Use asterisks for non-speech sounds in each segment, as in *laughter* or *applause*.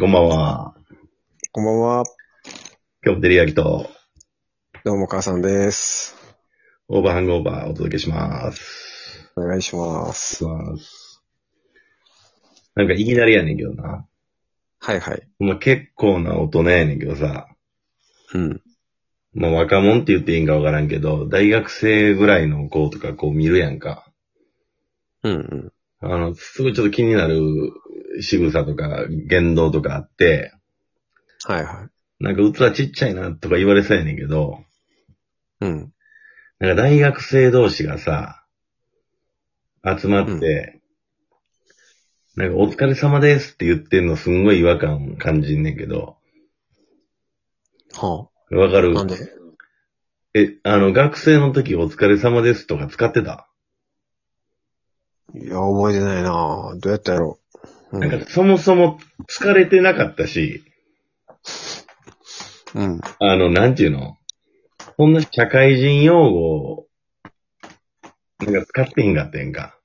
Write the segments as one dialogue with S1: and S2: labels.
S1: こんばんは。
S2: こんばんは。
S1: 今日も照り焼きと
S2: どうも、母さんです。
S1: オーバーハングオーバーお届けします。
S2: お願いします。
S1: なんかいきなりやねんけどな。
S2: はいはい。
S1: ほんま結構な大人やねんけどさ。
S2: うん。
S1: まあ若者って言っていいんかわからんけど、大学生ぐらいの子とかこう見るやんか。
S2: うんうん。
S1: あの、すごいちょっと気になる仕草とか言動とかあって、
S2: はいはい。
S1: なんか器ちっちゃいなとか言われそうやねんけど、
S2: うん。
S1: なんか大学生同士がさ、集まって、なんかお疲れ様ですって言ってんのすんごい違和感感じんねんけど、
S2: は
S1: わか
S2: あ。
S1: る
S2: なんで
S1: え、あの、学生の時お疲れ様ですとか使ってた、
S2: いや、覚えてないなぁどうやったやろう。うん。
S1: なんかそもそも疲れてなかったし、
S2: うん。
S1: あの、なんていうのこんな社会人用語を、なんか使ってへんかったやんか。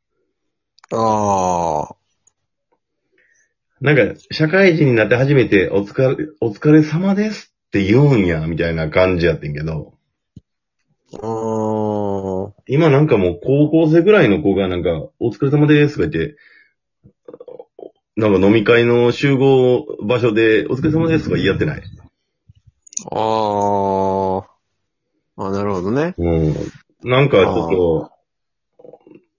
S2: ああ。
S1: なんか、社会人になって初めて、お疲れ、お疲れ様ですって言うんや、みたいな感じやってんけど、
S2: うーん。
S1: 今なんかもう高校生ぐらいの子がなんか、お疲れ様ですとか言って、なんか飲み会の集合場所で、お疲れ様ですとか言い合ってない。
S2: ああ。あ、なるほどね。
S1: うん。なんかちょっと、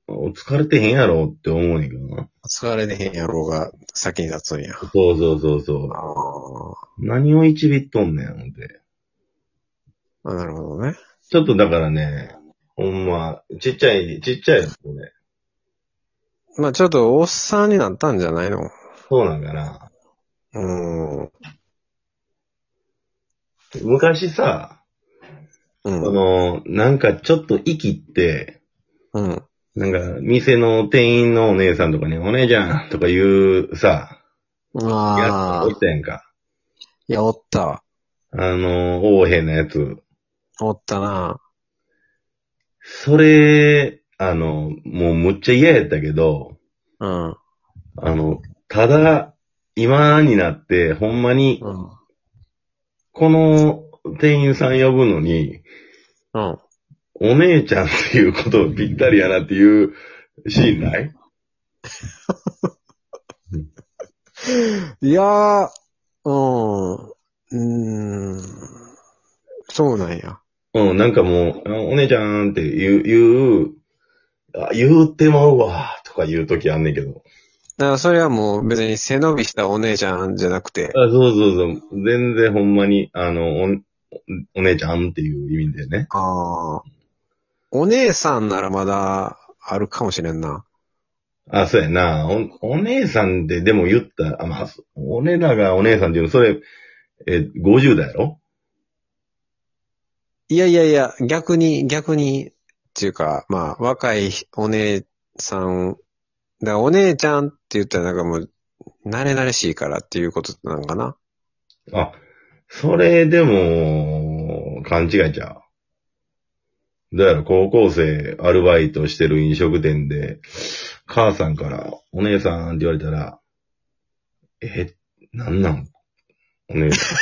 S1: お疲れてへんやろって思うんやけどな。
S2: 疲れてへん野郎が先に立つんや。あ
S1: そうそうそうそ
S2: あ。
S1: う。何をいちびっとんねん、思って。
S2: あなるほどね。
S1: ちょっとだからね、ほんま、ちっちゃい、ちっちゃいですよね。
S2: まあちょっと、おっさんになったんじゃないの
S1: そうなんかな。
S2: うん。
S1: 昔さ、
S2: う
S1: あ
S2: ん。
S1: の、なんかちょっと息って、
S2: うん。
S1: なんか、店の店員のお姉さんとかに、お姉ちゃんとか言うさ、や
S2: ああ
S1: つお。ったやんか。
S2: いや、おった。
S1: あの、横柄なやつ。
S2: おったな
S1: それ、あの、もうむっちゃ嫌やったけど、
S2: うん。
S1: あの、ただ、今になって、ほんまに、
S2: うん。
S1: この店員さん呼ぶのに、
S2: うん。
S1: お姉ちゃんっていうことをぴったりやなっていうシーンない
S2: いやー、うん、うーん、そうなんや。
S1: うん、なんかもう、あお姉ちゃんって言う、言う、あ、言うてまうわ、とか言うときあんねんけど。
S2: だからそれはもう別に背伸びしたお姉ちゃんじゃなくて
S1: あ、、そうそうそう。全然ほんまに、あの、お、お姉ちゃんっていう意味でね。
S2: ああ、お姉さんならまだあるかもしれんな。
S1: あ、そうやな。お、お姉さんででも言った、あ、まあ、そ俺らがお姉さんっていうの、それ、え、50代やろ
S2: いやいやいや、逆に、逆に、っていうか、まあ、若いお姉さん、だからお姉ちゃんって言ったらなんかもう、慣れ慣れしいからっていうことなんかな。
S1: あ、それでも、勘違いちゃう。だから高校生アルバイトしてる飲食店で、母さんからお姉さんって言われたら、え、なんなんお姉さん。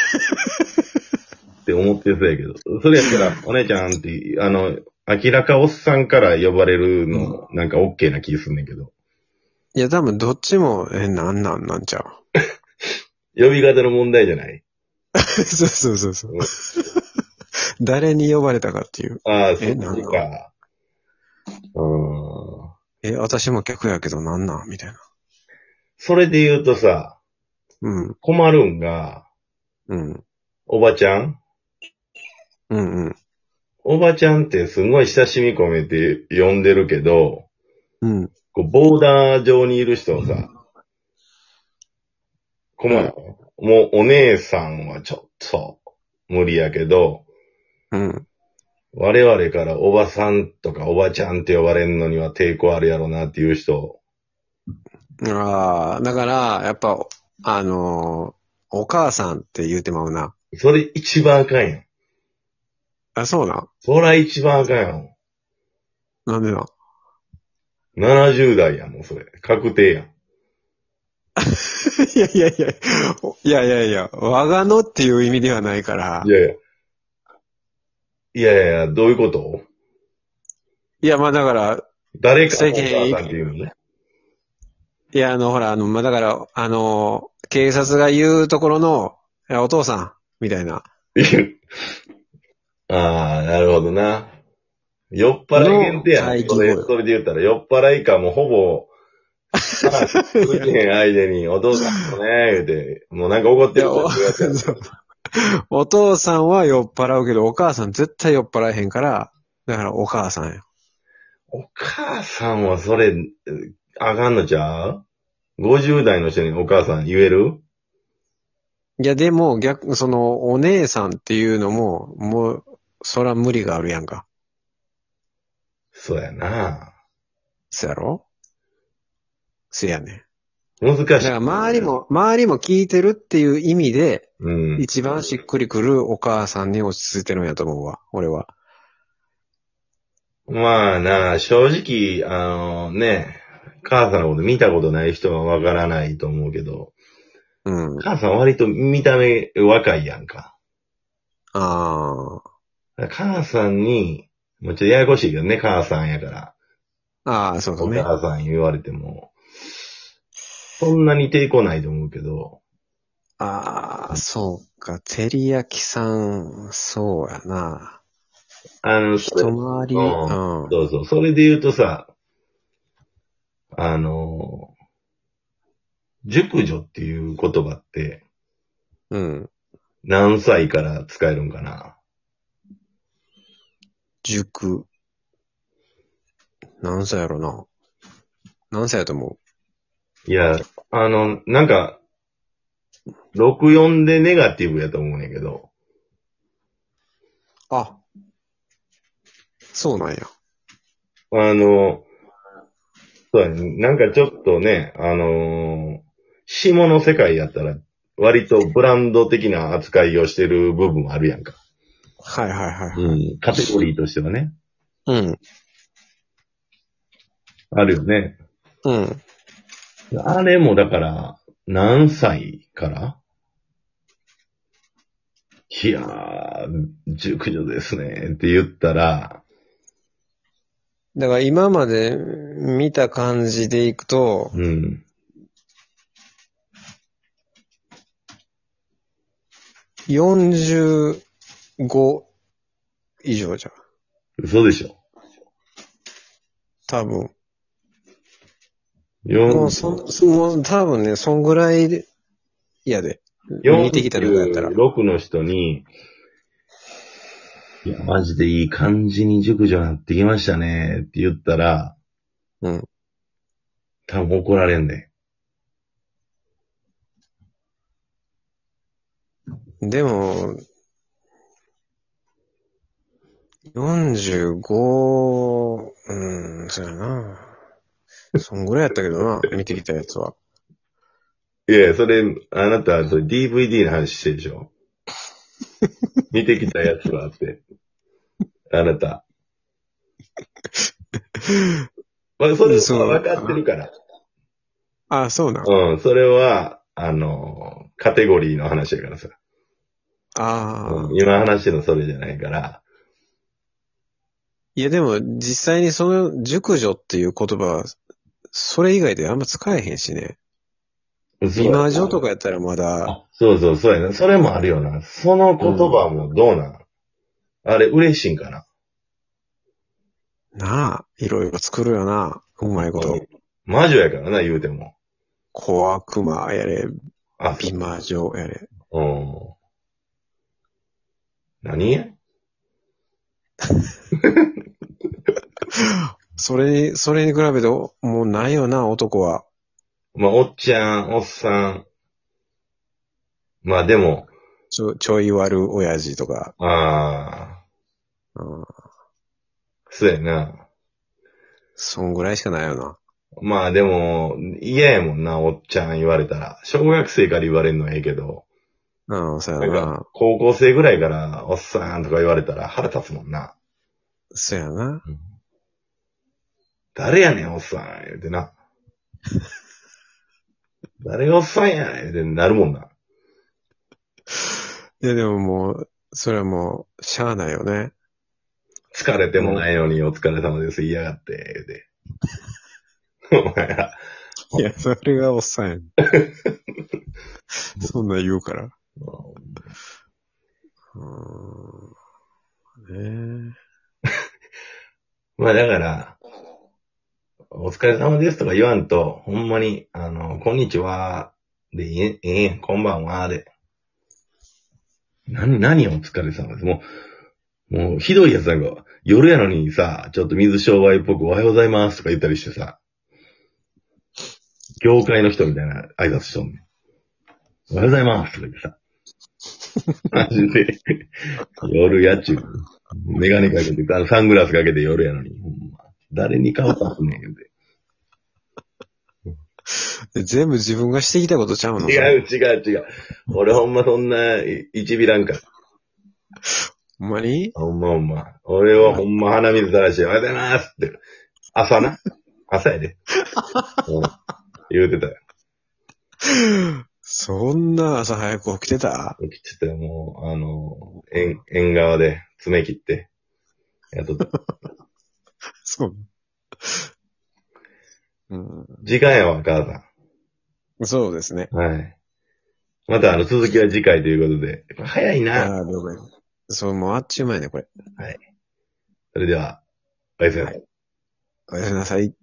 S1: って思ってそうやけど。それやったら、お姉ちゃんって、あの、明らかおっさんから呼ばれるの、なんかオッケーな気すんねんけど。
S2: いや、多分どっちも、え、なんなんなんちゃう。
S1: 呼び方の問題じゃない
S2: *laughs* そうそうそうそう。 *laughs* 誰に呼ばれたかっていう。
S1: ああ、そ
S2: え
S1: っ
S2: なん
S1: ち
S2: なん
S1: か。うーん。
S2: え、私も客やけどなんなんみたいな。
S1: それで言うとさ、
S2: うん、
S1: 困るんが、
S2: うん、
S1: おばちゃん
S2: うん、うん。
S1: おばちゃんってすごい親しみ込めて呼んでるけど、
S2: うん。
S1: こうボーダー上にいる人をさ、困るの、もうお姉さんはちょっと無理やけど、
S2: うん。
S1: 我々からおばさんとかおばちゃんって呼ばれるのには抵抗あるやろなっていう人。
S2: ああ、だから、やっぱ、あのーお母さんって言うてまうな。
S1: それ一番あかんやん。
S2: あ、そうなん。
S1: そら一番あかんやん。
S2: なんでなん。
S1: 70代やん、もうそれ。確定やん。
S2: *laughs* いやいやいや、いやいやいや、我がのっていう意味ではないから
S1: い。やいや。いやいやいや、どういうこと
S2: いや、まあだから、
S1: 誰かのお母さんっていうのね。 *laughs*
S2: いや、あの、ほら、あの、まあだから、あの、警察が言うところの、いや、お父さん、みたいな。
S1: ああ、なるほどな。酔っ払い限定や
S2: の
S1: な。
S2: 最近
S1: それ、
S2: これ
S1: それで言ったら、酔っ払いかもうほぼ、話続けへん間に、 *laughs* お父さんとね、言うて、もうなんか怒って
S2: い
S1: る
S2: や、おお父さんは酔っ払うけど、お母さん絶対酔っ払えへんから、だからお母さんよ。
S1: お母さんはそれ、あかんのちゃう ?50 代の人にお母さん言える
S2: いや、でも逆、その、お姉さんっていうのも、もう、そら無理があるやんか。
S1: そうやな。
S2: そやろせやねん。
S1: 難しい。
S2: だから周り。も、周りも聞いてるっていう意味で、
S1: うん。
S2: 一番しっくりくるお母さんに落ち着いてるんやと思うわ、俺は。
S1: まあな、正直、あのね、母さんのこと見たことない人はわからないと思うけど、
S2: うん。
S1: 母さん割と見た目若いやんか。
S2: あ
S1: だから母さんに、もうちょっとややこしいけどね、母さんやから。
S2: あ。ああ、そうだ
S1: お
S2: ね。
S1: 母さん言われても、そんなに抵抗ないと思うけど、
S2: ああ、そうか。照り焼きさん、そうやな。
S1: あの、それ
S2: 一回り、う
S1: うん
S2: ん。
S1: そうそう。それで言うとさ、あの、熟女っていう言葉って
S2: うん。
S1: 何歳から使えるんかな
S2: 塾。何歳やろな。何歳やと思
S1: いや、あの、なんか、64でネガティブやと思うねんけど、
S2: うあ。そうなんや。
S1: あの、そうやね、なんかちょっとね、あの下の世界やったら、割とブランド的な扱いをしてる部分もあるやんか。
S2: はいはいはい。
S1: うん。カテゴリーとしてはね。
S2: うん。
S1: あるよね。
S2: うん。
S1: あれもだから、何歳からいやー、熟女ですね、って言ったら、
S2: だから今まで見た感じでいくと、
S1: うん。
S2: 45以上じゃん。
S1: 嘘でしょ。
S2: 多分。もう
S1: 四
S2: そん、そもう多分ね、そんぐらいで、やで。見てきたとこやったら。
S1: 46の人に、いや、マジでいい感じに熟女になってきましたね、って言ったら、
S2: うん。
S1: 多分怒られんね。
S2: でも、45、うん、そうやな。そんぐらいやったけど *laughs* な、見てきたやつは。
S1: いやいや、それ、あなた、それ DVD の話してるでし
S2: *laughs*
S1: ょ見てきたやつはって。あなた。まあ、それ
S2: そう
S1: は分かってるから。
S2: あ、そうなん。
S1: うん、それは、あの、カテゴリーの話やからさ。
S2: ああ
S1: うん。今話してるのそれじゃないから。
S2: いや、でも、実際にその、熟女っていう言葉は、それ以外であんま使えへんしね。美魔女とかやったらまだ、
S1: あそうそう、そうやな。それもあるよな。その言葉もどうなん、あれ、嬉しいんかな
S2: なあ、いろいろ作るよな。うまいこと。
S1: 魔女やからな、言うても。
S2: 小悪魔やれ、
S1: あ、
S2: 美魔女やれ。
S1: うん。何
S2: それに、それに比べて、おもうないよな、男は。
S1: まあ、おっちゃん、おっさん。まあでも、
S2: ちょ、ちょい悪親父とか。
S1: ああ、
S2: うん。
S1: そうやな。
S2: そんぐらいしかないよな。
S1: まあでも、嫌やもんな、おっちゃん言われたら。小学生から言われるのはええけど、
S2: うん、そう
S1: な
S2: や
S1: ん
S2: な
S1: か。、高校生ぐらいから、おっさんとか言われたら腹立つもんな。
S2: そうやな。
S1: 誰やねん、おっさん、言うてな。 *laughs* 誰がおっさんやねんってなるもんな。
S2: いや、でももう、それはもう、しゃあないよね。
S1: 疲れてもないのにお疲れ様です、言いやがって、言うて。お *laughs* 前ら、
S2: いや、それがおっさんやん。 *laughs* そんなん言うから。うーん。ね
S1: まあだから、お疲れ様ですとか言わんと、ほんまに、あの、こんにちは、でいいえ、ええこんばんは、で。何、何お疲れ様です。もう、もう、ひどいやつなんか、夜やのにさ、ちょっと水商売っぽくおはようございますとか言ったりしてさ、業界の人みたいな挨拶しとんねん。おはようございますとか言ってさ。マジで、夜やっちゅう。メガネかけて、あのサングラスかけて夜やのに。ほんま誰に顔パすねん言うて。
S2: え。全部自分がしてきたことちゃうの
S1: 違う違う違う。俺ほんまそんな、いいちびらんから。
S2: ほんまに
S1: ほんまほんま。俺はほんま鼻水垂らして、おはようございますって。朝な。朝やで。うん言うてたよ。
S2: そんな朝早く起きてた
S1: 起きてて、もう、あの、縁、縁側で爪切って。やっとった。
S2: そう。うん、
S1: 時間やわ、母さん。
S2: そうですね。
S1: はい。また、あの、続きは次回ということで。早いな。
S2: ああ、了解。そう、もうあっちゅう前ね、これ。
S1: それでは、おやすみなさい。
S2: おやすみなさい。